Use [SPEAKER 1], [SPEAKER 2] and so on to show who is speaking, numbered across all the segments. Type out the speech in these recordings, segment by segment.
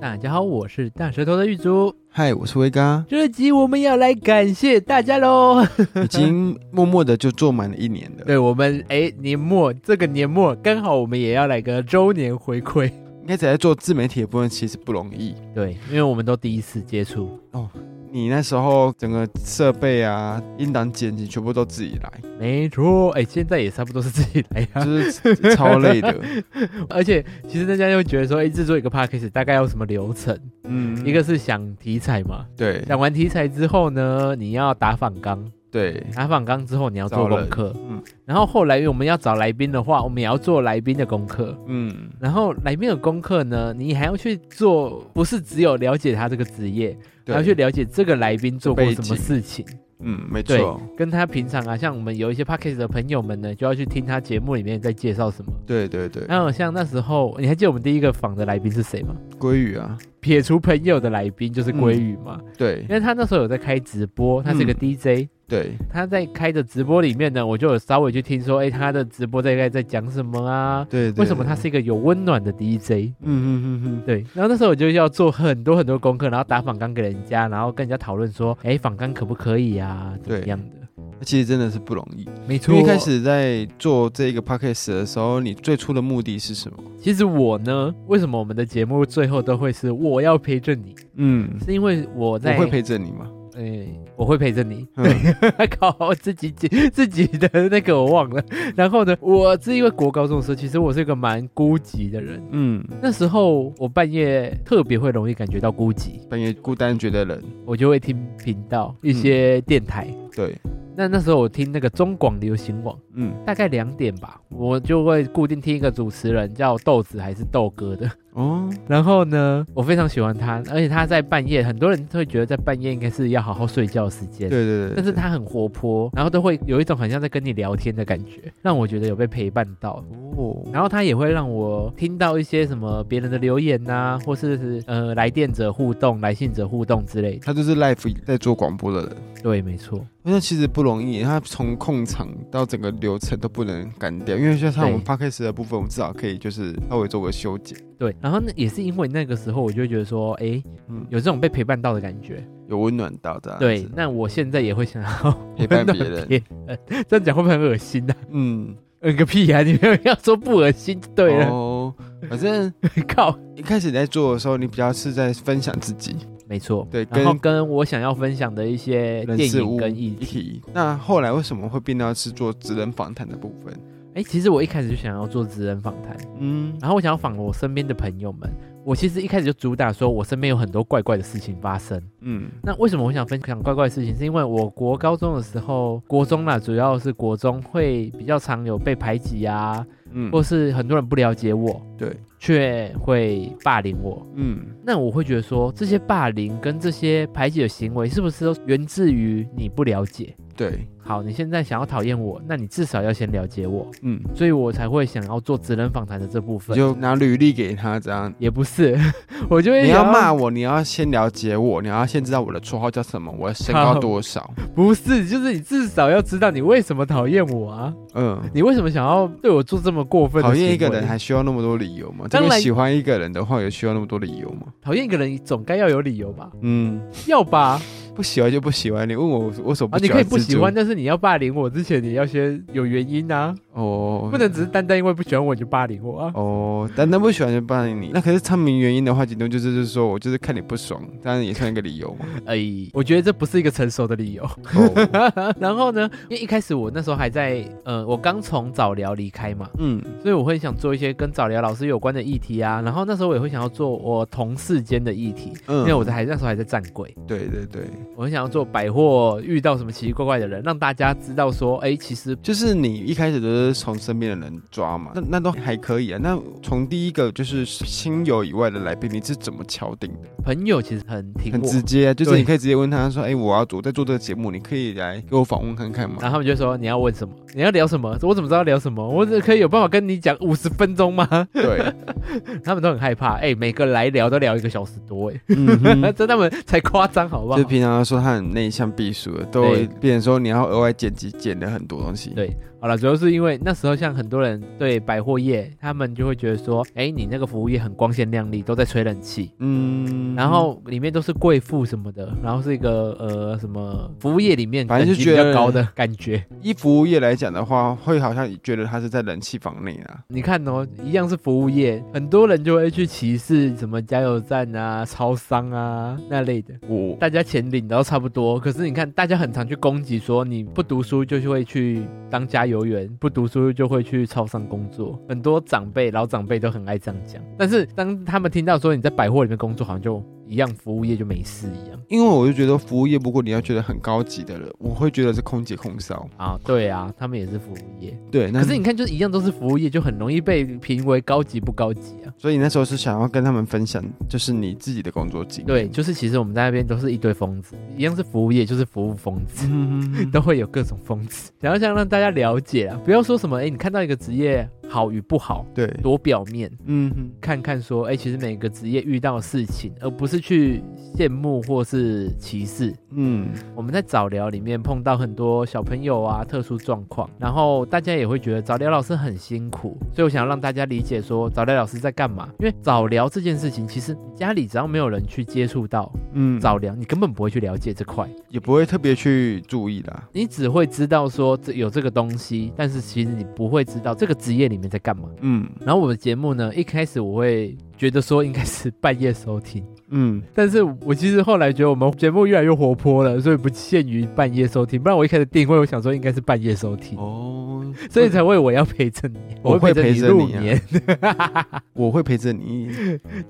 [SPEAKER 1] 大家好，我是大舌头的玉竹。，
[SPEAKER 2] 嗨，我是威 哥
[SPEAKER 1] 这集我们要来感谢大家喽！
[SPEAKER 2] 已经默默的就做满了一年了，
[SPEAKER 1] 对我们哎，年末这个年末刚好我们也要来个周年回馈。
[SPEAKER 2] 应该在做自媒体的部分其实不容易。
[SPEAKER 1] 对，因为我们都第一次接触，
[SPEAKER 2] 你那时候整个设备啊、音档剪辑全部都自己 来，
[SPEAKER 1] 没错。哎，现在也差不多是自己来 啊
[SPEAKER 2] 就。是超累的。
[SPEAKER 1] 而且其实大家又觉得说，哎，制作一个 podcast 大概要什么流程？
[SPEAKER 2] 嗯，
[SPEAKER 1] 一个是想题材嘛，
[SPEAKER 2] 对
[SPEAKER 1] 想完题材之后呢，你要打访纲，
[SPEAKER 2] 对，
[SPEAKER 1] 打访纲之后你要做
[SPEAKER 2] 找人
[SPEAKER 1] 功课，
[SPEAKER 2] 嗯
[SPEAKER 1] 然后后来因为我们要找来宾的话，我们也要做来宾的功课。
[SPEAKER 2] 嗯，
[SPEAKER 1] 然后来宾的功课呢，你还要去做，不是只有了解他这个职业，还
[SPEAKER 2] 对
[SPEAKER 1] 要去了解这个来宾做过
[SPEAKER 2] 背
[SPEAKER 1] 什么
[SPEAKER 2] 景
[SPEAKER 1] 事情，
[SPEAKER 2] 嗯，没
[SPEAKER 1] 对
[SPEAKER 2] 错，
[SPEAKER 1] 跟他平常啊，像我们有一些 podcast 的朋友们呢，就要去听他节目里面在介绍什么。
[SPEAKER 2] 对对对，
[SPEAKER 1] 然后像那时候，你还记得我们第一个访的来宾是谁吗？
[SPEAKER 2] 鲑鱼啊，
[SPEAKER 1] 撇除朋友的来宾就是鲑鱼嘛，
[SPEAKER 2] 对
[SPEAKER 1] 因为他那时候有在开直播，他是个
[SPEAKER 2] 嗯
[SPEAKER 1] DJ，、
[SPEAKER 2] 对，
[SPEAKER 1] 他在开的直播里面呢，我就有稍微去听说，哎，他的直播大概在讲什么啊？
[SPEAKER 2] 对对，
[SPEAKER 1] 为什么
[SPEAKER 2] 对
[SPEAKER 1] 他？是一个有温暖的 DJ？
[SPEAKER 2] 嗯嗯嗯嗯，
[SPEAKER 1] 对，然后那时候我就要做很多很多功课，然后打访纲给人家，然后跟人家讨论说，哎，访纲可不可以啊？怎么
[SPEAKER 2] 对
[SPEAKER 1] 样的？
[SPEAKER 2] 那嗯其实真的是不容易。
[SPEAKER 1] 没
[SPEAKER 2] 因为一开，始在做这个 podcast 的时候，你最初的目的是什么？
[SPEAKER 1] 其实我呢，为什么我们的节目最后都会是我要陪着你？
[SPEAKER 2] 嗯，
[SPEAKER 1] 是因为我
[SPEAKER 2] 我
[SPEAKER 1] 在，
[SPEAKER 2] 会陪着你吗？
[SPEAKER 1] 哎，我会陪着你。
[SPEAKER 2] 嗯
[SPEAKER 1] 靠，我自己自己的那个我忘了。然后呢，我是因为国高中的时候，其实我是一个蛮孤寂的人。
[SPEAKER 2] 嗯，
[SPEAKER 1] 那时候我半夜特别会容易感觉到孤寂，
[SPEAKER 2] 半夜孤单觉得冷，
[SPEAKER 1] 我就会听频道一些电台。
[SPEAKER 2] 对，
[SPEAKER 1] 那那时候我听那个中广流行网，
[SPEAKER 2] 嗯，
[SPEAKER 1] 大概两点吧，我就会固定听一个主持人叫豆子还是豆哥的。
[SPEAKER 2] 哦，
[SPEAKER 1] 然后呢，我非常喜欢他，而且他在半夜，很多人会觉得在半夜应该是要好好睡觉的时间。
[SPEAKER 2] 对对对，
[SPEAKER 1] 但是他很活泼，然后都会有一种很像在跟你聊天的感觉，让我觉得有被陪伴到。
[SPEAKER 2] 哦，
[SPEAKER 1] 然后他也会让我听到一些什么别人的留言呐、或是是呃来电者互动、来信者互动之类的。
[SPEAKER 2] 他就是 live 在做广播的人，
[SPEAKER 1] 对，没错，
[SPEAKER 2] 哦那其实不容易，他从控场到整个流程都不能干掉，因为就像我们 podcast 的部分，我们至少可以就是稍微做个修剪，
[SPEAKER 1] 对。然后呢，也是因为那个时候，我就会觉得说，哎，
[SPEAKER 2] 嗯，
[SPEAKER 1] 有这种被陪伴到的感觉。
[SPEAKER 2] 有温暖到的，
[SPEAKER 1] 对，那我现在也会想要
[SPEAKER 2] 陪伴
[SPEAKER 1] 温 暖
[SPEAKER 2] 别人
[SPEAKER 1] 人这样讲会不会很恶心呢、啊？
[SPEAKER 2] 嗯，
[SPEAKER 1] 嗯个屁啊！你没有要说不恶心就对了，
[SPEAKER 2] 哦，反正
[SPEAKER 1] 靠。
[SPEAKER 2] 一开始你在做的时候，你比较是在分享自己
[SPEAKER 1] 没错，
[SPEAKER 2] 对
[SPEAKER 1] 然后
[SPEAKER 2] 跟
[SPEAKER 1] 跟我想要分享的一些
[SPEAKER 2] 人
[SPEAKER 1] 电
[SPEAKER 2] 事
[SPEAKER 1] 影
[SPEAKER 2] 物
[SPEAKER 1] 跟议
[SPEAKER 2] 一
[SPEAKER 1] 题，
[SPEAKER 2] 体，那后来为什么会变到是做职人访谈的部分？
[SPEAKER 1] 哎，其实我一开始就想要做职人访谈，
[SPEAKER 2] 嗯，
[SPEAKER 1] 然后我想要访我身边的朋友们。我其实一开始就主打说，我身边有很多怪怪的事情发生。
[SPEAKER 2] 嗯，
[SPEAKER 1] 那为什么我想分享怪怪的事情？是因为我国高中的时候，国中啦，主要是国中会比较常有被排挤啊，
[SPEAKER 2] 嗯
[SPEAKER 1] 或是很多人不了解我，
[SPEAKER 2] 对，
[SPEAKER 1] 却会霸凌我。
[SPEAKER 2] 嗯，
[SPEAKER 1] 那我会觉得说，这些霸凌跟这些排挤的行为，是不是都源自于你不了解？
[SPEAKER 2] 对，
[SPEAKER 1] 好，你现在想要讨厌我，那你至少要先了解我，
[SPEAKER 2] 嗯，
[SPEAKER 1] 所以我才会想要做职人访谈的这部
[SPEAKER 2] 你
[SPEAKER 1] 分。
[SPEAKER 2] 就拿履历给他这样。
[SPEAKER 1] 也不是， 我就会
[SPEAKER 2] 你要
[SPEAKER 1] 想
[SPEAKER 2] 骂，我，你要先了解我，你要先知道我的绰号叫什么，我的身高
[SPEAKER 1] 好
[SPEAKER 2] 多少。
[SPEAKER 1] 不是，就是你至少要知道你为什么讨厌我啊，
[SPEAKER 2] 嗯，
[SPEAKER 1] 你为什么想要对我做这么过分的
[SPEAKER 2] 讨
[SPEAKER 1] 行为？
[SPEAKER 2] 厌一个人还需要那么多理由吗？
[SPEAKER 1] 当然
[SPEAKER 2] 这个喜欢一个人的话，有需要那么多理由吗？
[SPEAKER 1] 讨厌一个人，总该要有理由吧？
[SPEAKER 2] 嗯，
[SPEAKER 1] 要 吧？
[SPEAKER 2] 不喜欢就不喜欢。你问我为什么
[SPEAKER 1] 啊，
[SPEAKER 2] 不
[SPEAKER 1] 你
[SPEAKER 2] 喜
[SPEAKER 1] 可以
[SPEAKER 2] 欢蜘蛛？
[SPEAKER 1] 不喜欢，但是你要霸凌我之前，你要先有原因啊，
[SPEAKER 2] 哦，
[SPEAKER 1] 不能只是单单因为不喜欢我就霸凌我啊。
[SPEAKER 2] 哦，但那不喜欢就霸凌你。那可是昌明原因的话，顶多就是就是说我就是看你不爽，当然也算一个理由嘛。
[SPEAKER 1] 哎，我觉得这不是一个成熟的理由。
[SPEAKER 2] 哦，
[SPEAKER 1] 然后呢，因为一开始我那时候还在，呃，我刚从早疗离开嘛，
[SPEAKER 2] 嗯，
[SPEAKER 1] 所以我会想做一些跟早疗老师有关的议题啊。然后那时候我也会想要做我同事间的议题，
[SPEAKER 2] 嗯
[SPEAKER 1] 因为我在还那时候还在站柜，
[SPEAKER 2] 对对对，
[SPEAKER 1] 我很想要做百货遇到什么奇奇怪怪的人，让大家知道说，哎，其实
[SPEAKER 2] 就是你一开始都是从身边的人抓嘛，那那都还可以啊。那从第一个就是亲友以外的来宾，你是怎么敲定的？
[SPEAKER 1] 朋友其实很挺
[SPEAKER 2] 很
[SPEAKER 1] 我。
[SPEAKER 2] 直接啊，就是
[SPEAKER 1] 对
[SPEAKER 2] 你可以直接问他说：“哎、我要做在做这个节目，你可以来给我访问看看吗
[SPEAKER 1] 然后他们就说你要问什么，你要聊什么，我怎么知道聊什么？我只可以有办法跟你讲五十分钟吗？？”
[SPEAKER 2] 对，
[SPEAKER 1] 他们都很害怕，哎、每个来聊都聊一个小时多、哎、
[SPEAKER 2] 嗯 哼，
[SPEAKER 1] 这他们才夸张好不好
[SPEAKER 2] 就？平常说他很内向避暑的，都会
[SPEAKER 1] 对
[SPEAKER 2] 变成说你要额外剪辑剪的很多东西。
[SPEAKER 1] 对，好了，主要是因为那时候像很多人对百货业，他们就会觉得说，哎、你那个服务业很光鲜亮丽，都在吹冷气，
[SPEAKER 2] 嗯，
[SPEAKER 1] 然后里面都是贵妇什么的，然后是一个呃什么服务业里面
[SPEAKER 2] 反正
[SPEAKER 1] 等
[SPEAKER 2] 就
[SPEAKER 1] 级
[SPEAKER 2] 觉
[SPEAKER 1] 比较
[SPEAKER 2] 得
[SPEAKER 1] 高的感觉。
[SPEAKER 2] 依服务业来讲的话，会好像觉得他是在冷气房内啊。
[SPEAKER 1] 你看哦，一样是服务业，很多人就会去歧视什么加油站啊、超商啊那类的，
[SPEAKER 2] 我
[SPEAKER 1] 大家钱领到差不多。可是你看，大家很常去攻击说你不读书就是会去当加油员，不读书就会去超商工作。很多长辈、老长辈都很爱这样讲，但是当他们听到说你在百货里面工作，好像就一样服务业就没事一样
[SPEAKER 2] 因为我就觉得服务业，如果你要觉得很高级的了，我会觉得是空姐空少。
[SPEAKER 1] 啊。对啊，他们也是服务业，
[SPEAKER 2] 对，那
[SPEAKER 1] 可是你看，就是一样都是服务业，就很容易被评为高级不高级啊。
[SPEAKER 2] 所以你那时候是想要跟他们分享，就是你自己的工作经验。
[SPEAKER 1] 对，就是其实我们在那边都是一堆疯子，一样是服务业，就是服务疯子，
[SPEAKER 2] 嗯，
[SPEAKER 1] 都会有各种疯子。然后想让大家了解啊，不要说什么哎，诶你看到一个职业好与不好，
[SPEAKER 2] 对，
[SPEAKER 1] 多表面，
[SPEAKER 2] 嗯哼，
[SPEAKER 1] 看看说哎，诶其实每个职业遇到的事情，而不是去羡慕或是歧视。
[SPEAKER 2] 嗯，
[SPEAKER 1] 我们在早聊里面碰到很多小朋友啊，特殊状况，然后大家也会觉得早聊老师很辛苦，所以我想让大家理解说早聊老师在干嘛。因为早聊这件事情，其实家里只要没有人去接触到，
[SPEAKER 2] 嗯，
[SPEAKER 1] 早聊你根本不会去了解这块，
[SPEAKER 2] 也不会特别去注意啦。
[SPEAKER 1] 你只会知道说这有这个东西，但是其实你不会知道这个职业里面在干嘛。
[SPEAKER 2] 嗯
[SPEAKER 1] 然后我的节目呢，一开始我会觉得说应该是半夜收听，
[SPEAKER 2] 嗯，
[SPEAKER 1] 但是我其实后来觉得我们节目越来越活泼了，所以不限于半夜收听。不然我一开始定位，我想说应该是半夜收听，
[SPEAKER 2] 哦，
[SPEAKER 1] 所以才会我要陪着你，
[SPEAKER 2] 我
[SPEAKER 1] 会
[SPEAKER 2] 会
[SPEAKER 1] 陪
[SPEAKER 2] 陪
[SPEAKER 1] 着
[SPEAKER 2] 着
[SPEAKER 1] 你入
[SPEAKER 2] 你啊
[SPEAKER 1] 眠。
[SPEAKER 2] 我会陪着你。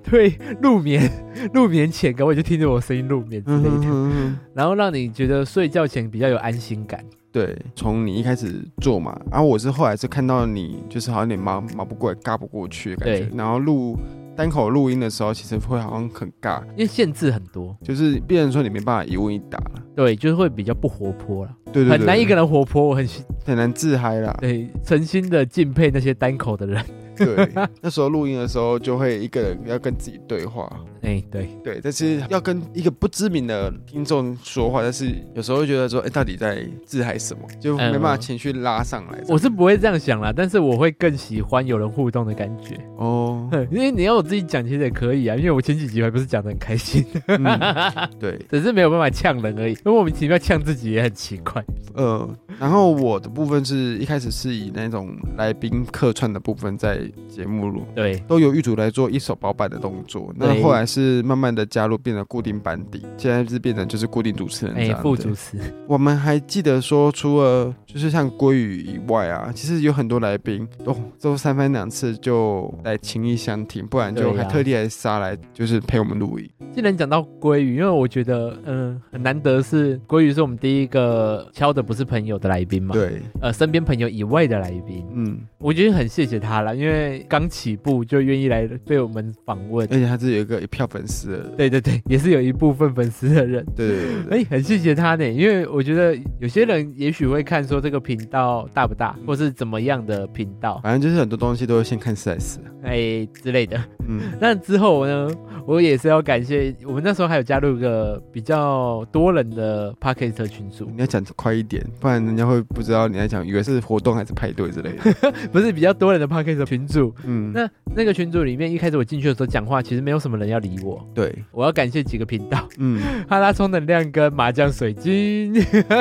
[SPEAKER 1] 对，入眠， 入眠前赶快就听着我声音入眠之类
[SPEAKER 2] 嗯
[SPEAKER 1] 的，
[SPEAKER 2] 哼哼哼
[SPEAKER 1] 然后让你觉得睡觉前比较有安心感。
[SPEAKER 2] 对，从你一开始做嘛，然、后我是后来是看到你就是好像有点忙忙不过来、尬不过去的感觉
[SPEAKER 1] 对，
[SPEAKER 2] 然后录单口录音的时候，其实会好像很尬，
[SPEAKER 1] 因为限制很多，
[SPEAKER 2] 就是变成说你没办法一问一答了。
[SPEAKER 1] 对，就是会比较不活泼了，
[SPEAKER 2] 对对对，
[SPEAKER 1] 很难一个
[SPEAKER 2] 人
[SPEAKER 1] 人活泼。我很喜
[SPEAKER 2] 很难自嗨啦。
[SPEAKER 1] 对诚心的敬佩那些单口的人。
[SPEAKER 2] 对，那时候录音的时候就会一个人要跟自己对话，
[SPEAKER 1] 哎，对，
[SPEAKER 2] 对，但是要跟一个不知名的听众说话，但是有时候会觉得说，哎、到底在自嗨什么，就没办法
[SPEAKER 1] 嗯
[SPEAKER 2] 情绪拉上来。
[SPEAKER 1] 我是不会这样想啦，但是我会更喜欢有人互动的感觉。
[SPEAKER 2] 哦，
[SPEAKER 1] 因为你要我自己讲其实也可以啊，因为我前几集还不是讲的很开心，
[SPEAKER 2] 嗯对，
[SPEAKER 1] 只是没有办法呛人而已。莫名其妙呛自己也很奇怪。
[SPEAKER 2] 呃，然后我的部分是一开始是以那种来宾客串的部分在节目录，
[SPEAKER 1] 对，
[SPEAKER 2] 都由狱主来做一手包办的动作。那
[SPEAKER 1] 对
[SPEAKER 2] 后来是慢慢的加入，变成固定班底，现在是变成就是固定主持人这
[SPEAKER 1] 哎，
[SPEAKER 2] 样。
[SPEAKER 1] 副
[SPEAKER 2] 对
[SPEAKER 1] 主持，
[SPEAKER 2] 我们还记得说，除了就是像鲑鱼以外啊，其实有很多来宾都都三番两次就来情意相挺，不然就
[SPEAKER 1] 对
[SPEAKER 2] 还
[SPEAKER 1] 啊
[SPEAKER 2] 特地来杀来就是陪我们录影。
[SPEAKER 1] 既然讲到鲑鱼，因为我觉得，嗯，很难得是鲑鱼是我们第一个敲的不是朋友的来宾嘛，，
[SPEAKER 2] 对，
[SPEAKER 1] 呃，身边朋友以外的来宾，
[SPEAKER 2] 嗯，
[SPEAKER 1] 我觉得很谢谢他啦，因为刚起步就愿意来被我们访问。
[SPEAKER 2] 而且他是有一个一票粉丝的，
[SPEAKER 1] 对对对，也是有一部分粉丝的人，
[SPEAKER 2] 对对对对
[SPEAKER 1] 哎、很谢谢他呢，因为我觉得有些人也许会看说这个频道大不大，或是怎么样的频道，
[SPEAKER 2] 反正就是很多东西都会先看 size。
[SPEAKER 1] 哎、之类的。
[SPEAKER 2] 嗯，
[SPEAKER 1] 那之后呢，我也是要感谢我们那时候还有加入一个比较多人的 p o c k e t 群组，
[SPEAKER 2] 你要讲快一点，不然人家会不知道你在讲，以为是活动还是派对之类 的。
[SPEAKER 1] 不是比较多人的 p o c k e t 群组。
[SPEAKER 2] 嗯，
[SPEAKER 1] 那那个群组里面，一开始我进去的时候讲话，其实没有什么人要理我。
[SPEAKER 2] 对，
[SPEAKER 1] 我要感谢几个频道，
[SPEAKER 2] 嗯，
[SPEAKER 1] 哈拉充能量跟麻将水晶，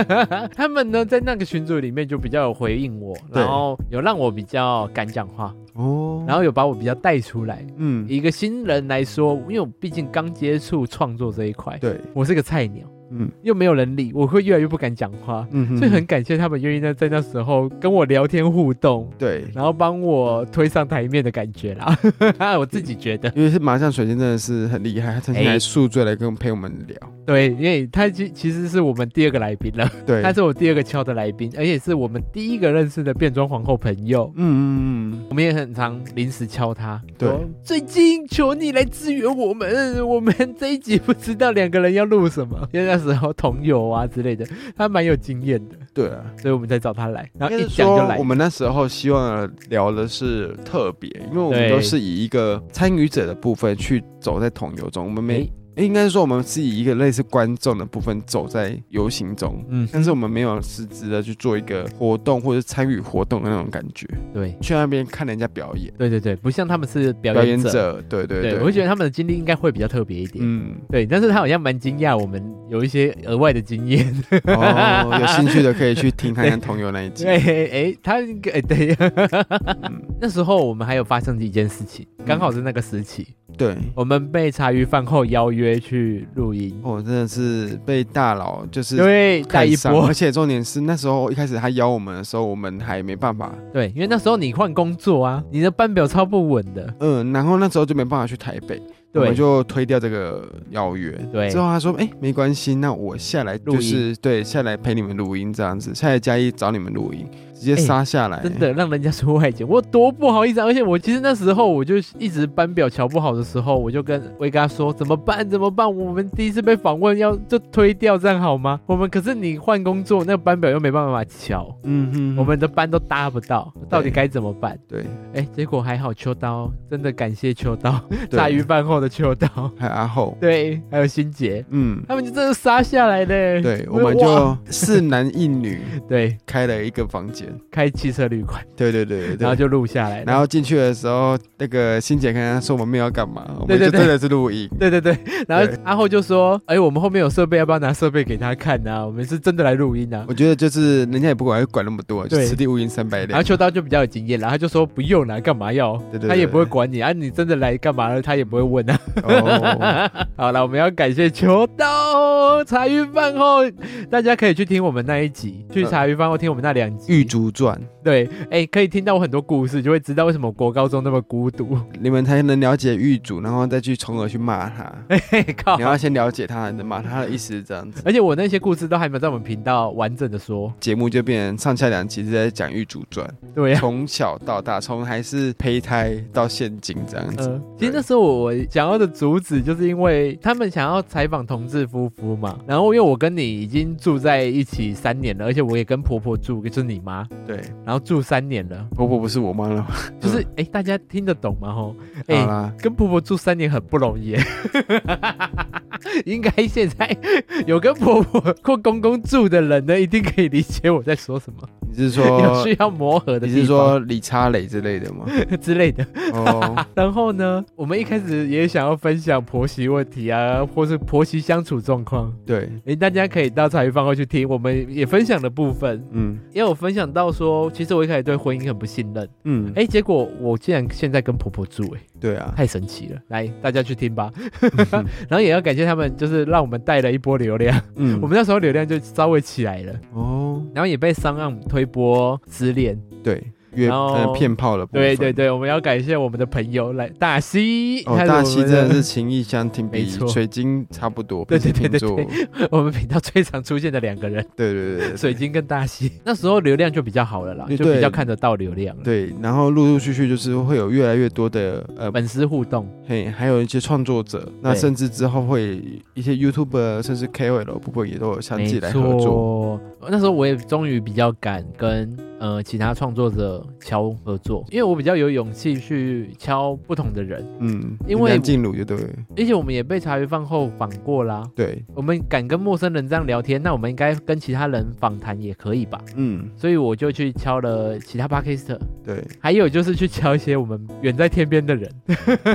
[SPEAKER 1] 他们呢在那个群组里面就比较有回应我，
[SPEAKER 2] 对
[SPEAKER 1] 然后有让我比较敢讲话，
[SPEAKER 2] 哦，
[SPEAKER 1] 然后有把我比较带出来。
[SPEAKER 2] 嗯，
[SPEAKER 1] 以一个新人来说，因为我毕竟刚接触创作这一块，
[SPEAKER 2] 对，
[SPEAKER 1] 我是个菜鸟，
[SPEAKER 2] 嗯
[SPEAKER 1] 又没有人理，我会越来越不敢讲话，
[SPEAKER 2] 嗯哼，
[SPEAKER 1] 所以很感谢他们愿意在在那时候跟我聊天互动。
[SPEAKER 2] 对，
[SPEAKER 1] 然后帮我推上台面的感觉 啦，我自己觉得
[SPEAKER 2] 因为是麻将水晶真的是很厉害，他曾经
[SPEAKER 1] 哎
[SPEAKER 2] 还宿醉来跟我们陪我们聊。
[SPEAKER 1] 对，因为他其其实是我们第二个来宾了，
[SPEAKER 2] 对，
[SPEAKER 1] 他是我第二个敲的来宾，而且是我们第一个认识的变装皇后朋友。
[SPEAKER 2] 嗯嗯嗯，
[SPEAKER 1] 我们也很常临时敲他，
[SPEAKER 2] 对
[SPEAKER 1] 说，最近求你来支援我们，我们这一集不知道两个人要录什么，因为那时候同友啊之类的，他蛮有经验的，
[SPEAKER 2] 对啊。
[SPEAKER 1] 所以我们才找他来，然后
[SPEAKER 2] 应该
[SPEAKER 1] 一
[SPEAKER 2] 是
[SPEAKER 1] 讲就
[SPEAKER 2] 说
[SPEAKER 1] 来，
[SPEAKER 2] 我们那时候希望聊的是特别，因为我们
[SPEAKER 1] 对
[SPEAKER 2] 都是以一个参与者的部分去走在同游中，我们没
[SPEAKER 1] 诶
[SPEAKER 2] 诶应该是说我们是以一个类似观众的部分走在游行中，
[SPEAKER 1] 嗯，
[SPEAKER 2] 但是我们没有实质的去做一个活动或者参与活动的那种感觉，
[SPEAKER 1] 对
[SPEAKER 2] 去那边看人家表演。
[SPEAKER 1] 对对对，不像他们是表
[SPEAKER 2] 表
[SPEAKER 1] 演
[SPEAKER 2] 演者，对对
[SPEAKER 1] 对，我会觉得他们的经历应该会比较特别一点。
[SPEAKER 2] 嗯，
[SPEAKER 1] 对，但是他好像蛮惊讶我们有一些额外的经验。
[SPEAKER 2] 哦，有兴趣的可以去听看看同游那一集
[SPEAKER 1] 对，。哎，他应该哎对，
[SPEAKER 2] 嗯，
[SPEAKER 1] 那时候我们还有发生一件事情，刚好是那个时期，
[SPEAKER 2] 对，
[SPEAKER 1] 我们被茶余饭后邀约去录音，
[SPEAKER 2] 我哦真的是被大佬就是
[SPEAKER 1] 因为带一
[SPEAKER 2] 看上
[SPEAKER 1] 波
[SPEAKER 2] 而，且重点是那时候一开始他邀我们的时候，我们还没办法，
[SPEAKER 1] 对，因为那时候你换工作啊，你的班表超不稳的，
[SPEAKER 2] 嗯，然后那时候就没办法去台北，我
[SPEAKER 1] 对
[SPEAKER 2] 们就推掉这个邀约。
[SPEAKER 1] 对
[SPEAKER 2] 之后他说，哎、没关系，那我下来
[SPEAKER 1] 录音
[SPEAKER 2] 就是对下来陪你们录音这样子，下来嘉义找你们录音，直接
[SPEAKER 1] 诶
[SPEAKER 2] 杀下来、
[SPEAKER 1] 哎真的让人家说外景，我多不好意思、啊。而且我其实那时候我就一直班表瞧不好的时候，我就跟威哥说怎么办？怎么办？我们第一次被访问要就推掉，这样好吗？我们可是你换工作，那个班表又没办法瞧，
[SPEAKER 2] 嗯哼
[SPEAKER 1] 我们的班都搭不到，到底
[SPEAKER 2] 对
[SPEAKER 1] 该怎么办？
[SPEAKER 2] 对
[SPEAKER 1] 哎，结果还好，秋刀真的感谢秋刀，
[SPEAKER 2] 对
[SPEAKER 1] 炸鱼饭后的秋刀，
[SPEAKER 2] 还有阿后，
[SPEAKER 1] 对，还有心杰，
[SPEAKER 2] 嗯，
[SPEAKER 1] 他们就真的杀下来嘞。
[SPEAKER 2] 对，我
[SPEAKER 1] 哎
[SPEAKER 2] 们
[SPEAKER 1] 哇
[SPEAKER 2] 就四男一女
[SPEAKER 1] 对
[SPEAKER 2] 开了一个房间，
[SPEAKER 1] 开汽车旅馆，
[SPEAKER 2] 对对对对
[SPEAKER 1] 然后
[SPEAKER 2] 对。
[SPEAKER 1] 就录下来了，
[SPEAKER 2] 然后进去的时候，那个欣姐跟他说我们没有要干嘛，我
[SPEAKER 1] 对
[SPEAKER 2] 们
[SPEAKER 1] 对
[SPEAKER 2] 就
[SPEAKER 1] 对
[SPEAKER 2] 真的是录音。
[SPEAKER 1] 对对对，然后阿后就说：“哎，我们后面有设备，要不要拿设备给他看啊？我们是真的来录音啊。
[SPEAKER 2] 我觉得就是人家也不管管那么多，就
[SPEAKER 1] 对
[SPEAKER 2] 此地无银三百”
[SPEAKER 1] 然后
[SPEAKER 2] 两。
[SPEAKER 1] 秋刀就比较有经验，然后他就说：“不用啦，干嘛要？
[SPEAKER 2] 对对对
[SPEAKER 1] 他也不会管你啊，你真的来干嘛了？他也不会问啊。
[SPEAKER 2] 哦，
[SPEAKER 1] 好了，我们要感谢秋刀茶余饭后，大家可以去听我们那一集，去茶余饭后听我们那两集。
[SPEAKER 2] 嗯《玉竹传
[SPEAKER 1] 对，哎，可以听到我很多故事，就会知道为什么我国高中那么孤独。》，
[SPEAKER 2] 你们才能了解玉竹，然后再去从而去骂他。
[SPEAKER 1] 嘿靠
[SPEAKER 2] 你！要先了解他，你再骂他的意思是这样子。
[SPEAKER 1] 而且我那些故事都还没有在我们频道完整的说。
[SPEAKER 2] 节目就变成上下两集是在讲《玉竹传
[SPEAKER 1] 哎对呀、》， 啊
[SPEAKER 2] 从小到大，从还是胚胎到现今这样子
[SPEAKER 1] 嗯，。其实那时候我想要的主旨，就是因为他们想要采访同志夫妇嘛。然后因为我跟你已经住在一起三年了，而且我也跟婆婆住，就是你妈，
[SPEAKER 2] 对对，
[SPEAKER 1] 然后住三年了，
[SPEAKER 2] 婆婆不是我妈了吗？
[SPEAKER 1] 就是哎、诶
[SPEAKER 2] 嗯
[SPEAKER 1] 大家听得懂吗？吼，哎、
[SPEAKER 2] 好啦，
[SPEAKER 1] 跟婆婆住三年很不容易耶， 应该现在有跟婆婆或公公住的人呢，一定可以理解我在说什么，
[SPEAKER 2] 你是
[SPEAKER 1] 有
[SPEAKER 2] 说
[SPEAKER 1] 需 要磨合的
[SPEAKER 2] 哦你
[SPEAKER 1] 地方
[SPEAKER 2] 是说李叉磊之类的吗？
[SPEAKER 1] 之类的。
[SPEAKER 2] 哦，
[SPEAKER 1] 然后呢，我们一开始也想要分享婆媳问题啊，或是婆媳相处状况。
[SPEAKER 2] 对，
[SPEAKER 1] 诶，大家可以到茶余饭后去听，我们也分享的部分，
[SPEAKER 2] 嗯
[SPEAKER 1] 也有分享到说，其实我一开始对婚姻很不信任，
[SPEAKER 2] 嗯，
[SPEAKER 1] 诶，结果我竟然现在跟婆婆住、诶，
[SPEAKER 2] 对啊，
[SPEAKER 1] 太神奇了！来，大家去听吧。 然后也要感谢他们，就是让我们带了一波流量，
[SPEAKER 2] 嗯
[SPEAKER 1] 我们那时候流量就稍微起来了，
[SPEAKER 2] 哦，
[SPEAKER 1] 然后也被商岸推播失恋。
[SPEAKER 2] 对，约
[SPEAKER 1] 然后
[SPEAKER 2] 呃骗炮的部分，
[SPEAKER 1] 对对对，我们要感谢我们的朋友来大西，
[SPEAKER 2] 哦，
[SPEAKER 1] 他
[SPEAKER 2] 大
[SPEAKER 1] 我
[SPEAKER 2] 溪
[SPEAKER 1] 们
[SPEAKER 2] 真的是情意相挺，
[SPEAKER 1] 没
[SPEAKER 2] 比
[SPEAKER 1] 错
[SPEAKER 2] 水晶差不多。
[SPEAKER 1] 对对
[SPEAKER 2] 比
[SPEAKER 1] 对
[SPEAKER 2] 水瓶座
[SPEAKER 1] 对 我们频道最常出现的两个人，
[SPEAKER 2] 对对对对
[SPEAKER 1] 水晶跟大西。那时候流量就比较好了啦，
[SPEAKER 2] 对
[SPEAKER 1] 就比较看得到流量了，
[SPEAKER 2] 对。然后陆陆续续就是会有越来越多的呃，
[SPEAKER 1] 粉丝互动，
[SPEAKER 2] 嘿，还有一些创作者，那
[SPEAKER 1] 对
[SPEAKER 2] 甚至之后会一些 YouTube 甚至 KOL 部分也都有相
[SPEAKER 1] 没
[SPEAKER 2] 继来合作。
[SPEAKER 1] 错。那时候我也终于比较敢跟呃其他创作者敲合作，因为我比较有勇气去敲不同的人，
[SPEAKER 2] 嗯，
[SPEAKER 1] 因为
[SPEAKER 2] 梁静茹就对了
[SPEAKER 1] 而且我们也被茶余饭后访过啦。
[SPEAKER 2] 对，
[SPEAKER 1] 我们敢跟陌生人这样聊天，那我们应该跟其他人访谈也可以吧？
[SPEAKER 2] 嗯
[SPEAKER 1] 所以我就去敲了其他 p a d c a s t
[SPEAKER 2] 对。
[SPEAKER 1] 还有就是去敲一些我们远在天边的人，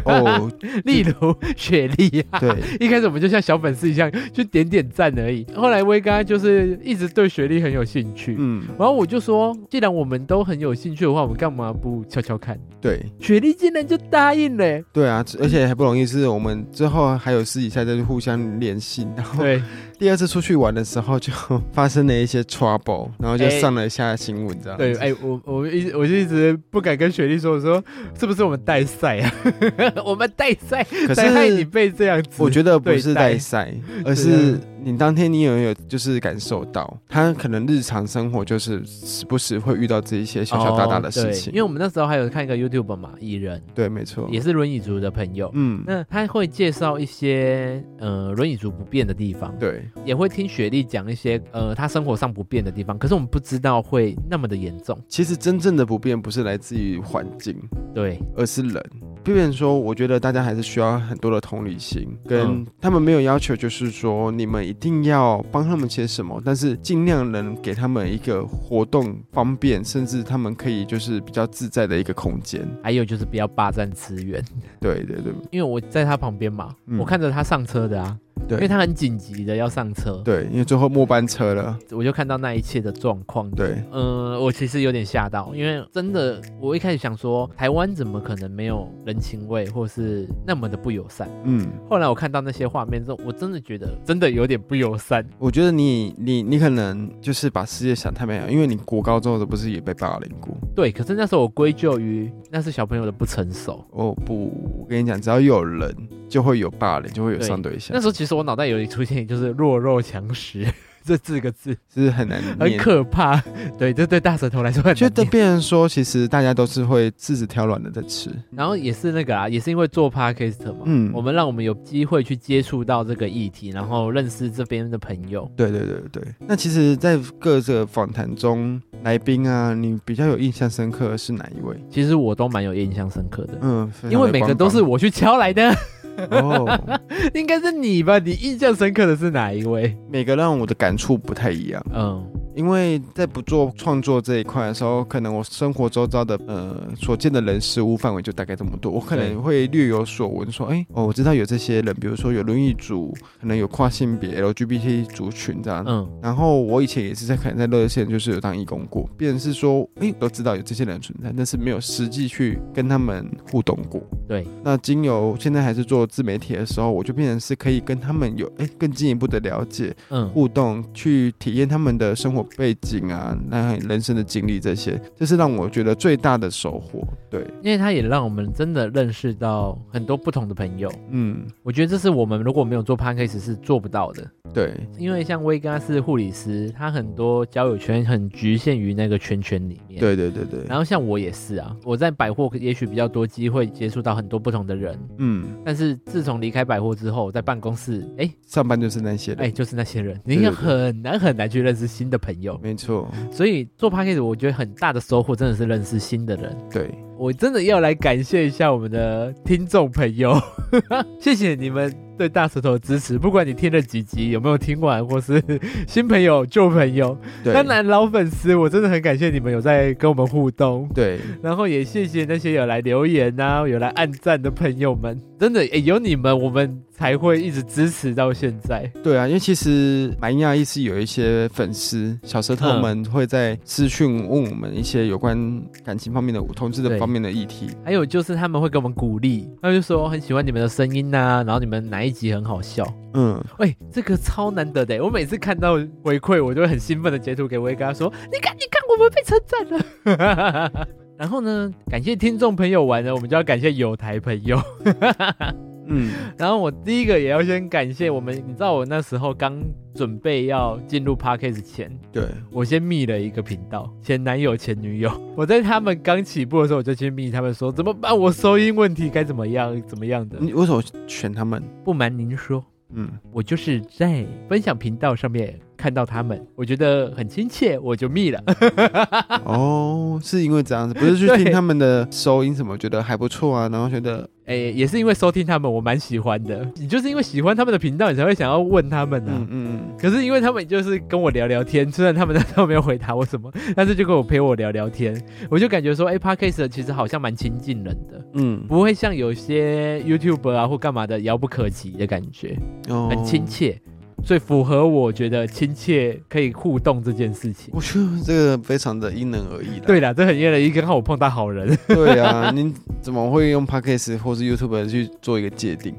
[SPEAKER 2] 哦，
[SPEAKER 1] 例如雪莉啊，
[SPEAKER 2] 对，
[SPEAKER 1] 一开始我们就像小粉丝一样去点点赞而已。后来威刚就是一直对学历很有兴趣，
[SPEAKER 2] 嗯
[SPEAKER 1] 然后我就说，既然我们都很有兴趣的话，我们干嘛不敲敲看？
[SPEAKER 2] 对
[SPEAKER 1] 雪莉竟然就答应了、欸
[SPEAKER 2] 对啊，
[SPEAKER 1] 嗯
[SPEAKER 2] 而且还不容易，是我们之后还有私底下再去互相联系，然 后
[SPEAKER 1] 对，
[SPEAKER 2] 第二次出去玩的时候，就发生了一些 trouble，然后就上了一下新闻，这样子。
[SPEAKER 1] 对，哎、我我一直我就一直不敢跟雪莉说，我说是不是我们带赛啊？ 我们带赛
[SPEAKER 2] 可
[SPEAKER 1] 才害你
[SPEAKER 2] 是
[SPEAKER 1] 被这样子。
[SPEAKER 2] 我觉得不是
[SPEAKER 1] 对啊待
[SPEAKER 2] 在晒，而是你当天你有没有就是感受到，他可能日常生活就是时不时会遇到这一些小小大大的
[SPEAKER 1] 哦
[SPEAKER 2] 事
[SPEAKER 1] 对
[SPEAKER 2] 情。
[SPEAKER 1] 因为我们那时候还有看一个 YouTube 嘛，蚁人
[SPEAKER 2] 对，没错，
[SPEAKER 1] 也是轮椅族的朋友，
[SPEAKER 2] 嗯，
[SPEAKER 1] 那他会介绍一些呃轮椅族不便的地方。
[SPEAKER 2] 对，
[SPEAKER 1] 也会听雪莉讲一些呃她生活上不便的地方，可是我们不知道会那么的严重。
[SPEAKER 2] 其实真正的不便不是来自于环境，
[SPEAKER 1] 对
[SPEAKER 2] 而是人。变成说，我觉得大家还是需要很多的同理心，跟
[SPEAKER 1] 嗯
[SPEAKER 2] 他们没有要求，就是说你们一定要帮他们些什么，但是尽量能给他们一个活动方便，甚至他们可以就是比较自在的一个空间。
[SPEAKER 1] 还有就是不要霸占资源，
[SPEAKER 2] 对对对
[SPEAKER 1] 因为我在他旁边嘛，
[SPEAKER 2] 嗯
[SPEAKER 1] 我看着他上车的啊，因为
[SPEAKER 2] 对
[SPEAKER 1] 他很紧急的要上车，
[SPEAKER 2] 对，因为最后末班车了，
[SPEAKER 1] 我就看到那一切的状况。
[SPEAKER 2] 对
[SPEAKER 1] 嗯，我其实有点吓到，因为真的，我一开始想说台湾怎么可能没有人情味，或是那么的不友善。
[SPEAKER 2] 嗯。
[SPEAKER 1] 后来我看到那些画面之后，我真的觉得真的有点不友善。
[SPEAKER 2] 我觉得你你你可能就是把世界想太美好，因为你国高中的不是也被霸凌过？
[SPEAKER 1] 对，可是那时候我归咎于那是小朋友的不成熟。
[SPEAKER 2] 哦不，我跟你讲，只要有人就会有霸凌，就会有
[SPEAKER 1] 对
[SPEAKER 2] 上对象
[SPEAKER 1] 那，时候其实我脑袋有里出现就是“弱肉强食” 这四个字，
[SPEAKER 2] 是很难
[SPEAKER 1] 很
[SPEAKER 2] 念。
[SPEAKER 1] 可怕。 对，这对大舌头来说很难
[SPEAKER 2] 觉得
[SPEAKER 1] 念
[SPEAKER 2] 变成说，其实大家都是会自己挑软的在吃。
[SPEAKER 1] 然后也是那个啊，也是因为做 podcast 嘛，
[SPEAKER 2] 嗯
[SPEAKER 1] 我们让我们有机会去接触到这个议题，然后认识这边的朋友。
[SPEAKER 2] 对对对对对。那其实，在各个访谈中，来宾啊，你比较有印象深刻的是哪一位？
[SPEAKER 1] 其实我都蛮有印象深刻的，
[SPEAKER 2] 嗯，非常
[SPEAKER 1] 因为每个都是
[SPEAKER 2] 的
[SPEAKER 1] 我去敲来的，
[SPEAKER 2] 官方 哦，
[SPEAKER 1] 应该是你吧？你印象深刻的是哪一位？
[SPEAKER 2] 每个让我的感触不太一样。
[SPEAKER 1] 嗯，
[SPEAKER 2] 因为在不做创作这一块的时候，可能我生活周遭的呃所见的人事物范围就大概这么多，我可能
[SPEAKER 1] 对
[SPEAKER 2] 会略有所闻，说，哎、哦，我知道有这些人，比如说有轮椅族，可能有跨性别 LGBT 族群这样。
[SPEAKER 1] 嗯，
[SPEAKER 2] 然后我以前也是在可能在热线就是有当义工过，变成是说，哎、都知道有这些人存在，但是没有实际去跟他们互动过。
[SPEAKER 1] 对，
[SPEAKER 2] 那经由现在还是做自媒体的时候，我就变成是可以跟他们有哎、更进一步的了解，
[SPEAKER 1] 嗯，
[SPEAKER 2] 互动，去体验他们的生活背景啊，那人生的经历这些，这是让我觉得最大的收获。对，
[SPEAKER 1] 因为他也让我们真的认识到很多不同的朋友。
[SPEAKER 2] 嗯，
[SPEAKER 1] 我觉得这是我们如果没有做 podcast 是做不到的，
[SPEAKER 2] 对，
[SPEAKER 1] 因为像威哥是护理师，他很多交友圈很局限于那个圈圈里面。
[SPEAKER 2] 对对对对，
[SPEAKER 1] 然后像我也是啊，我在百货也许比较多机会接触到很多不同的人，
[SPEAKER 2] 嗯，
[SPEAKER 1] 但是自从离开百货之后，在办公室，哎
[SPEAKER 2] 上班就是那些人，
[SPEAKER 1] 哎，就是那些人，
[SPEAKER 2] 对
[SPEAKER 1] 你
[SPEAKER 2] 对
[SPEAKER 1] 也很难很难去认识新的朋友。
[SPEAKER 2] 没错，
[SPEAKER 1] 所以做 p a c k a g e 我觉得很大的收获真的是认识新的人。
[SPEAKER 2] 对，
[SPEAKER 1] 我真的要来感谢一下我们的听众朋友， 谢谢你们对大舌头的支持。不管你听了几集，有没有听完，或是新朋友、旧朋友，
[SPEAKER 2] 对，
[SPEAKER 1] 当然老粉丝，我真的很感谢你们有在跟我们互动。
[SPEAKER 2] 对，
[SPEAKER 1] 然后也谢谢那些有来留言啊、有来按赞的朋友们，真的、诶有你们，我们才会一直支持到现在。
[SPEAKER 2] 对啊，因为其实蛮讶异是有一些粉丝小舌头
[SPEAKER 1] 嗯
[SPEAKER 2] 们会在私讯问我们一些有关感情方面的、同志的
[SPEAKER 1] 对
[SPEAKER 2] 方面的议题，
[SPEAKER 1] 还有就是他们会给我们鼓励，他们就说很喜欢你们的声音呐、然后你们哪一集很好笑，
[SPEAKER 2] 嗯，
[SPEAKER 1] 喂、这个超难得的、我每次看到回馈，我就会很兴奋的截图给威哥说，你看你看，我们被称赞了。 然后呢，感谢听众朋友完了，我们就要感谢有台朋友。
[SPEAKER 2] 嗯，
[SPEAKER 1] 然后我第一个也要先感谢我们，你知道我那时候刚准备要进入 podcast 前，
[SPEAKER 2] 对，
[SPEAKER 1] 我先密了一个频道，前男友前女友。 我在他们刚起步的时候，我就先密他们说怎么办，我收音问题该怎么样怎么样的。
[SPEAKER 2] 你为什么选他们？
[SPEAKER 1] 不瞒您说，
[SPEAKER 2] 嗯，
[SPEAKER 1] 我就是在分享频道上面看到他们，我觉得很亲切，我就密了。
[SPEAKER 2] 哦，是因为这样子，不是去
[SPEAKER 1] 对
[SPEAKER 2] 听他们的收音什么，觉得还不错啊，然后觉得
[SPEAKER 1] 哎，也是因为收听他们，我蛮喜欢的。你就是因为喜欢他们的频道，你才会想要问他们呢、啊。
[SPEAKER 2] 嗯嗯
[SPEAKER 1] 可是因为他们就是跟我聊聊天，虽然他们那时候没有回答我什么，但是就跟我陪我聊聊天，我就感觉说，哎、p o d c a s t 其实好像蛮亲近人的，
[SPEAKER 2] 嗯
[SPEAKER 1] 不会像有些 YouTube 啊或干嘛的遥不可及的感觉，
[SPEAKER 2] 嗯，哦
[SPEAKER 1] 很亲。切，所以符合我觉得亲切可以互动这件事情。
[SPEAKER 2] 我觉得这个非常的因人而异的。
[SPEAKER 1] 对啦，这很因人而异，刚好我碰到好人。
[SPEAKER 2] 对啊， 你怎么会用 podcast 或是 YouTube 去做一个界定？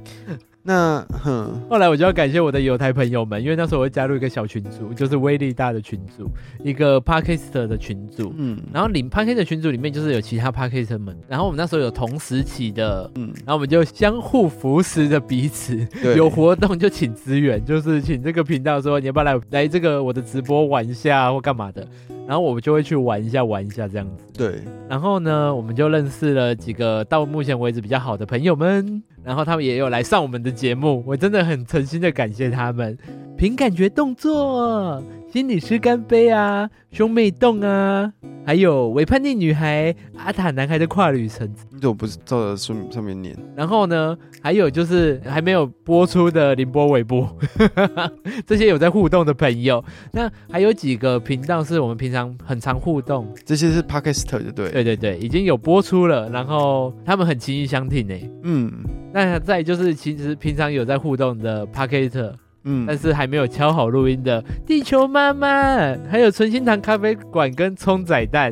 [SPEAKER 2] 那哼，
[SPEAKER 1] 后来我就要感谢我的友台朋友们，因为那时候我会加入一个小群组，就是威力大的群组，一个 p a d c a s t 的群组，
[SPEAKER 2] 嗯，
[SPEAKER 1] 然后领 p a r k e t 群组里面就是有其他 p a r k e t 们，然后我们那时候有同时期的，
[SPEAKER 2] 嗯，
[SPEAKER 1] 然后我们就相互扶持着彼此，
[SPEAKER 2] 对，
[SPEAKER 1] 有活动就请资源，就是请这个频道说你要不要来来这个我的直播玩一下或干嘛的，然后我们就会去玩一下玩一下这样子。
[SPEAKER 2] 对，
[SPEAKER 1] 然后呢，我们就认识了几个到目前为止比较好的朋友们，然后他们也有来上我们的节目，我真的很诚心的感谢他们。凭感觉动作，心理师干杯啊，兄妹洞啊，还有伪叛逆女孩、阿塔男孩的跨旅程。
[SPEAKER 2] 你怎么不是照着书上面念？
[SPEAKER 1] 然后呢，还有就是还没有播出的凌波微步， 这些有在互动的朋友，那还有几个频道是我们平常很常互动，
[SPEAKER 2] 这些是 Podcaster 就对了。
[SPEAKER 1] 对对对，已经有播出了，然后他们很情意相挺诶。
[SPEAKER 2] 嗯
[SPEAKER 1] 那再就是其实平常有在互动的 p a c k e t 但
[SPEAKER 2] 嗯，
[SPEAKER 1] 是还没有敲好录音的地球妈妈，还有纯心堂咖啡馆跟葱仔蛋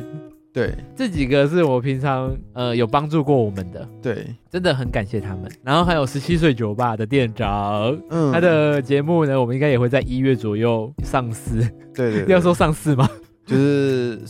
[SPEAKER 2] 对
[SPEAKER 1] 这几个是我平常呃有帮助过我们的，
[SPEAKER 2] 对，
[SPEAKER 1] 真的很感谢他们。然后还有十七岁酒吧的店长，
[SPEAKER 2] 嗯，
[SPEAKER 1] 他的节目呢，我们应该也会在一月左右上市。
[SPEAKER 2] 对 对对
[SPEAKER 1] 要说上市吗？
[SPEAKER 2] 就是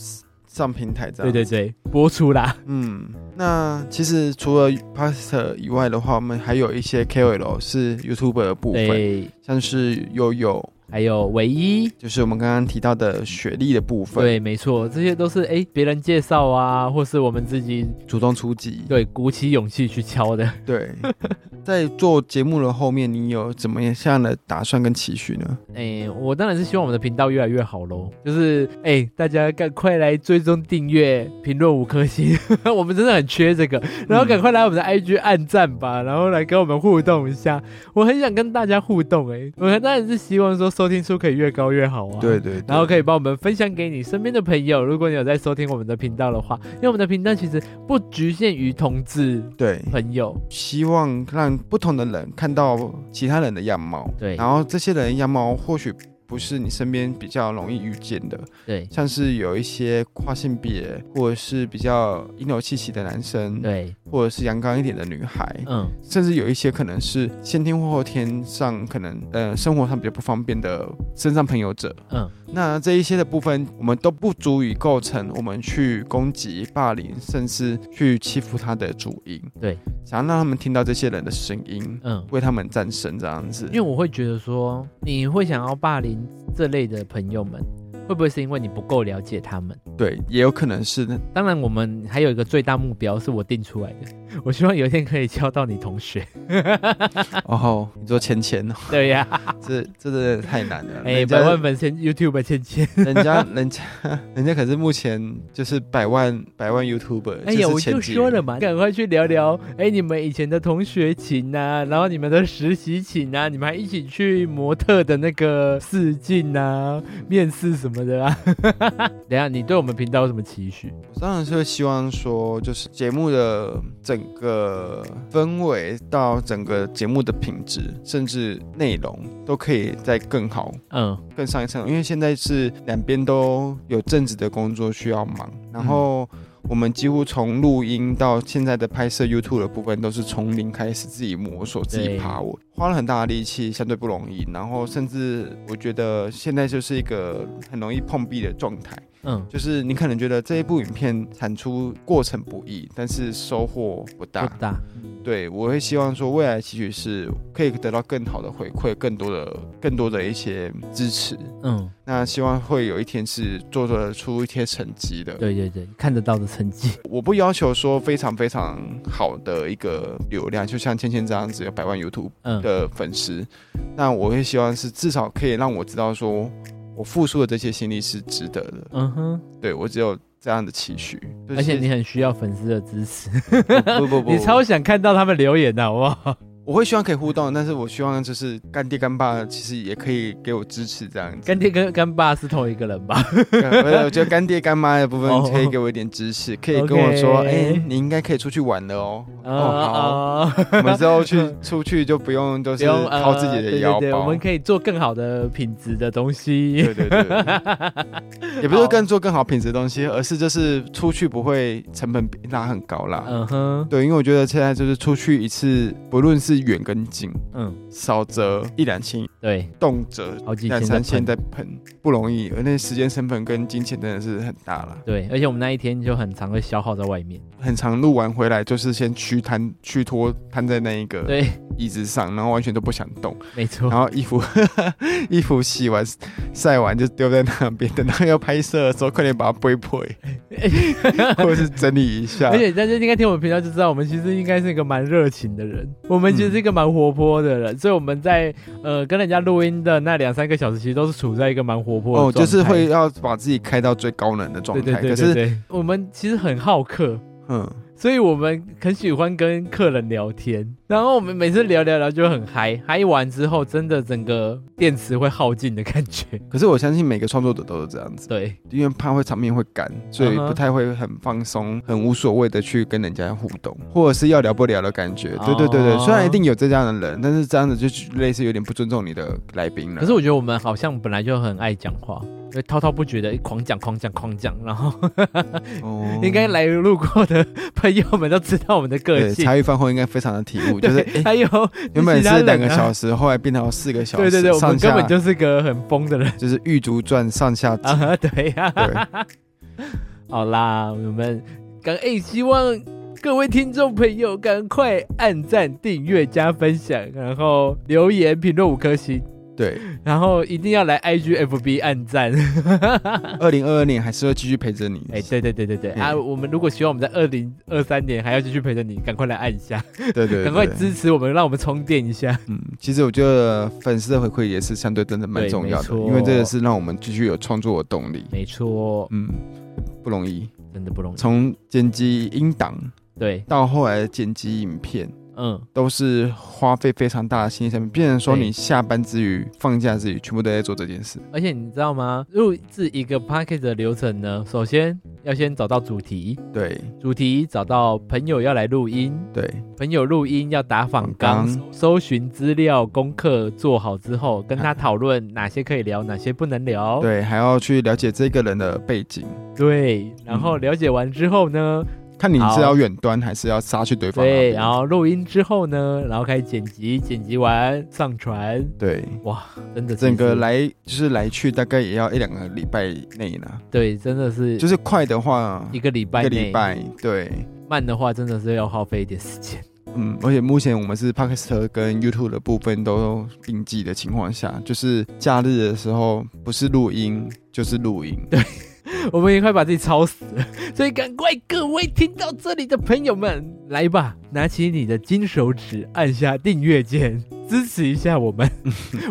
[SPEAKER 2] 上平台这样。
[SPEAKER 1] 对对对，播出啦。
[SPEAKER 2] 嗯，那其实除了 Podcaster 以外的话，我们还有一些 KOL 是 YouTuber 的部分，
[SPEAKER 1] 对，
[SPEAKER 2] 像是悠悠，
[SPEAKER 1] 还有唯一，
[SPEAKER 2] 就是我们刚刚提到的学历的部分，
[SPEAKER 1] 对，没错，这些都是哎别人介绍啊，或是我们自己
[SPEAKER 2] 主动出击。
[SPEAKER 1] 对鼓起勇气去敲的。
[SPEAKER 2] 对， 在做节目的后面，你有怎么样的打算跟期许呢？
[SPEAKER 1] 哎、我当然是希望我们的频道越来越好喽。就是哎、大家赶快来追踪订阅、评论五颗星， 我们真的很缺这个。然后赶快来我们的 IG 按赞吧，然后来跟我们互动一下。我很想跟大家互动哎、我当然是希望说收听数可以越高越好啊。
[SPEAKER 2] 对。对，
[SPEAKER 1] 然后可
[SPEAKER 2] 以，
[SPEAKER 1] 以帮我们分享给你身边的朋友，如果你有在收听我们的频道的话，因为我们的频道其实不局限于同志
[SPEAKER 2] 对，
[SPEAKER 1] 朋友，
[SPEAKER 2] 希望让不同的人看到其他人的样貌，
[SPEAKER 1] 对
[SPEAKER 2] 然后这些人的样貌或许不是你身边比较容易遇见的，
[SPEAKER 1] 对
[SPEAKER 2] 像是有一些跨性别或者是比较阴柔气息的男生，
[SPEAKER 1] 对，
[SPEAKER 2] 或者是阳刚一点的女孩，
[SPEAKER 1] 嗯，
[SPEAKER 2] 甚至有一些可能是先天或后天上可能呃生活上比较不方便的身障朋友者。
[SPEAKER 1] 嗯，
[SPEAKER 2] 那这一些的部分，我们都不足以构成我们去攻击、霸凌，甚至去欺负他的主因。
[SPEAKER 1] 对，
[SPEAKER 2] 想要让他们听到这些人的声音，
[SPEAKER 1] 嗯。
[SPEAKER 2] 为他们战胜这样子
[SPEAKER 1] 因。为我会觉得说，你会想要霸凌这类的朋友们，会不会是因为你不够了解他们？
[SPEAKER 2] 对，也有可能 是
[SPEAKER 1] 当然，我们还有一个最大目标是我定出来的，我希望有一天可以教到你同学。
[SPEAKER 2] 哦，你说钱钱哦，
[SPEAKER 1] 对 呀、
[SPEAKER 2] 这这真的太难了。
[SPEAKER 1] 哎、
[SPEAKER 2] 人家
[SPEAKER 1] 百万粉丝 YouTube 芊芊，
[SPEAKER 2] 人家人家人家可是目前就是百万百万 YouTuber，
[SPEAKER 1] 哎呀，
[SPEAKER 2] 是
[SPEAKER 1] 我
[SPEAKER 2] 前
[SPEAKER 1] 就
[SPEAKER 2] 几
[SPEAKER 1] 说
[SPEAKER 2] 名嗯
[SPEAKER 1] 了嘛，赶快去聊聊，哎、你们以前的同学情啊，然后你们的实习情啊，你们还一起去模特的那个试镜啊、面试什么的啊。 等一下，你对我们频道有什么期许？
[SPEAKER 2] 我当然是会希望说，就是节目的整个氛围到整个节目的品质，甚至内容都可以再更好、
[SPEAKER 1] 嗯，
[SPEAKER 2] 更上一层楼。因为现在是两边都有正职的工作需要忙，然后我们几乎从录音到现在的拍摄 YouTube 的部分，都是从零开始自己摸索、自己
[SPEAKER 1] 对
[SPEAKER 2] 爬我花了很大的力气，相对不容易。然后甚至我觉得现在就是一个很容易碰壁的状态。
[SPEAKER 1] 嗯，
[SPEAKER 2] 就是你可能觉得这一部影片产出过程不易，但是收获不大。
[SPEAKER 1] 不大。
[SPEAKER 2] 对我会希望说，未来期许是可以得到更好的回馈，更多的、更多的一些支持。
[SPEAKER 1] 嗯，
[SPEAKER 2] 那希望会有一天是做得出一些成绩的。
[SPEAKER 1] 对对对，看得到的成绩。
[SPEAKER 2] 我不要求说非常非常好的一个流量，就像芊芊这样子有百万 YouTube
[SPEAKER 1] 嗯，
[SPEAKER 2] 的粉丝，那我会希望是至少可以让我知道说，我付出的这些心力是值得的。
[SPEAKER 1] 嗯哼，
[SPEAKER 2] 对我只有这样的期许，就是
[SPEAKER 1] 而且你很需要粉丝的支持，
[SPEAKER 2] 不 不不，
[SPEAKER 1] 你超想看到他们留言的好不好？
[SPEAKER 2] 我会希望可以互动，但是我希望就是干爹干爸其实也可以给我支持这样子。
[SPEAKER 1] 干爹跟干爸是同一个人吧？
[SPEAKER 2] 干不是我觉得 干爹干妈的部 分
[SPEAKER 1] 哦
[SPEAKER 2] 可以给我一点支持，可以跟我说，哎、
[SPEAKER 1] OK
[SPEAKER 2] 你应该可以出去玩了哦。哦，
[SPEAKER 1] 啊啊
[SPEAKER 2] 好，我们之后去出去就不用就是
[SPEAKER 1] 呃
[SPEAKER 2] 掏自己的腰包。
[SPEAKER 1] 对对对，我们可以做更好的品质的东西。
[SPEAKER 2] 对对对 对也不是说更做更好品质的东西，而是就是出去不会成本比拉很高啦。
[SPEAKER 1] 嗯哼，
[SPEAKER 2] 对，因为我觉得现在就是出去一次，不论是远跟近，
[SPEAKER 1] 嗯，
[SPEAKER 2] 少则一两千，
[SPEAKER 1] 对，
[SPEAKER 2] 动辄
[SPEAKER 1] 好几
[SPEAKER 2] 两
[SPEAKER 1] 千的
[SPEAKER 2] 三千
[SPEAKER 1] 喷。
[SPEAKER 2] 在喷不容易，而那时间成本跟金钱真的是很大了。
[SPEAKER 1] 对，而且我们那一天就很常会消耗在外面。
[SPEAKER 2] 很长录完回来就是先虚摊、虚脱，摊在那一个
[SPEAKER 1] 对，
[SPEAKER 2] 椅子上，然后完全都不想动，
[SPEAKER 1] 没错
[SPEAKER 2] 然，后衣服 衣服洗完晒完就丢在那边，等到要拍摄的时候，快点把它 背背，或者是整理一下
[SPEAKER 1] 而。且大家应该听我们频道就知道，我们其实应该是一个蛮热情的人，我们其实是一个蛮活泼的人，所以我们在呃跟人家录音的那两三个小时，其实都是处在一个蛮活泼的
[SPEAKER 2] 哦，就是
[SPEAKER 1] 状态
[SPEAKER 2] 会要把自己开到最高能的状
[SPEAKER 1] 对对
[SPEAKER 2] 态。
[SPEAKER 1] 对
[SPEAKER 2] 可
[SPEAKER 1] 对
[SPEAKER 2] 是，
[SPEAKER 1] 对，我们其实很好客。
[SPEAKER 2] 嗯，
[SPEAKER 1] 所以我们很喜欢跟客人聊天，然后我们每次聊聊聊就很嗨，嗨完之后真的整个电池会耗尽的感 觉。
[SPEAKER 2] 可是我相信每个创作者都是这样子，
[SPEAKER 1] 对，
[SPEAKER 2] 因为怕会场面会赶，所以
[SPEAKER 1] 嗯哼
[SPEAKER 2] 不太会很放松、很无所谓的去跟人家互动，或者是要聊不聊的感觉。对对对对，
[SPEAKER 1] 哦
[SPEAKER 2] 虽然一定有这样的人，但是这样子就类似有点不尊重你的来宾了。
[SPEAKER 1] 可是我觉得我们好像本来就很爱讲话，就滔滔不绝的狂讲狂讲狂讲，然后
[SPEAKER 2] 哦
[SPEAKER 1] 应该来路过的朋友们都知道我们的个
[SPEAKER 2] 对
[SPEAKER 1] 性。
[SPEAKER 2] 茶余饭后应该非常的体 悟，就是
[SPEAKER 1] 对，
[SPEAKER 2] 诶
[SPEAKER 1] 还有
[SPEAKER 2] 原本
[SPEAKER 1] 其他
[SPEAKER 2] 是
[SPEAKER 1] 人
[SPEAKER 2] 两个
[SPEAKER 1] 啊
[SPEAKER 2] 小时，后来变成四个小时，
[SPEAKER 1] 对对对，我们
[SPEAKER 2] 上下
[SPEAKER 1] 根本就是个很疯的人
[SPEAKER 2] 就是《玉竹传》上 下集。
[SPEAKER 1] 啊哈，对呀、
[SPEAKER 2] 对，
[SPEAKER 1] 好啦，我们赶哎、希望各位听众朋友赶快按赞、订阅、加分享，然后留言评论五颗星，
[SPEAKER 2] 对，
[SPEAKER 1] 然后一定要来 IGFB 按 赞。
[SPEAKER 2] 二零二二年还是会继续陪着你。
[SPEAKER 1] 哎、对对对对对、
[SPEAKER 2] 嗯
[SPEAKER 1] 啊！我们如果希望我们在二零二三年还要继续陪着你，赶快来按一下，
[SPEAKER 2] 对对对，
[SPEAKER 1] 赶快
[SPEAKER 2] 对
[SPEAKER 1] 支持我们，让我们充电一下。
[SPEAKER 2] 嗯，其实我觉得粉丝的回馈也是相对真的蛮重要的，
[SPEAKER 1] 对没错
[SPEAKER 2] 因为这个是让我们继续有创作的动力。
[SPEAKER 1] 没错，
[SPEAKER 2] 嗯，不容易，
[SPEAKER 1] 真的不容易。
[SPEAKER 2] 从剪辑音档
[SPEAKER 1] 对，
[SPEAKER 2] 到后来剪辑影片，
[SPEAKER 1] 嗯，
[SPEAKER 2] 都是花费非常大的心力成本。变成说
[SPEAKER 1] 对
[SPEAKER 2] 你下班之余、放假之余，全部都在做这件事。
[SPEAKER 1] 而且你知道吗？录制一个 p a c k a g e 的流程呢，首先要先找到主题，
[SPEAKER 2] 对
[SPEAKER 1] 主题找到朋友要来录音，
[SPEAKER 2] 对，
[SPEAKER 1] 朋友录音要打访纲
[SPEAKER 2] 访纲，
[SPEAKER 1] 搜寻资料，功课做好之后，跟他讨论哪些可以聊，哪些不能聊。
[SPEAKER 2] 对，还要去了解这个人的背景，
[SPEAKER 1] 对
[SPEAKER 2] 嗯
[SPEAKER 1] 然后了解完之后呢，
[SPEAKER 2] 看你
[SPEAKER 1] 好
[SPEAKER 2] 是要远端还是要杀去对方那
[SPEAKER 1] 对，
[SPEAKER 2] 边。
[SPEAKER 1] 然后录音之后呢，然后开始剪辑，剪辑完上传，
[SPEAKER 2] 对。
[SPEAKER 1] 真的是
[SPEAKER 2] 整个来就是来去大概也要一两个礼拜内啦，
[SPEAKER 1] 对，真的是
[SPEAKER 2] 就是快的话
[SPEAKER 1] 一个礼拜
[SPEAKER 2] 一个
[SPEAKER 1] 内
[SPEAKER 2] 礼，拜，对，
[SPEAKER 1] 慢的话真的是要耗费一点时间。
[SPEAKER 2] 嗯，而且目前我们是 p a k i s t 跟 YouTube 的部分都并记的情况下，就是假日的时候不是录音就是录音，对
[SPEAKER 1] 我们也快把自己超死了， 所以赶快各位听到这里的朋友们，来吧，拿起你的金手指，按下订阅键，支持一下我 们，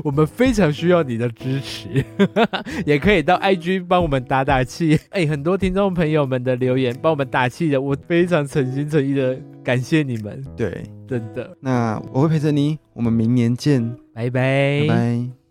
[SPEAKER 1] 我们非常需要你的支持， 也可以到 IG 帮我们打打气。哎、很多听众朋友们的留言帮我们打气的，我非常诚心诚意的感谢你们，真的，
[SPEAKER 2] 那我会陪着你，我们明年见，
[SPEAKER 1] 拜拜
[SPEAKER 2] 拜拜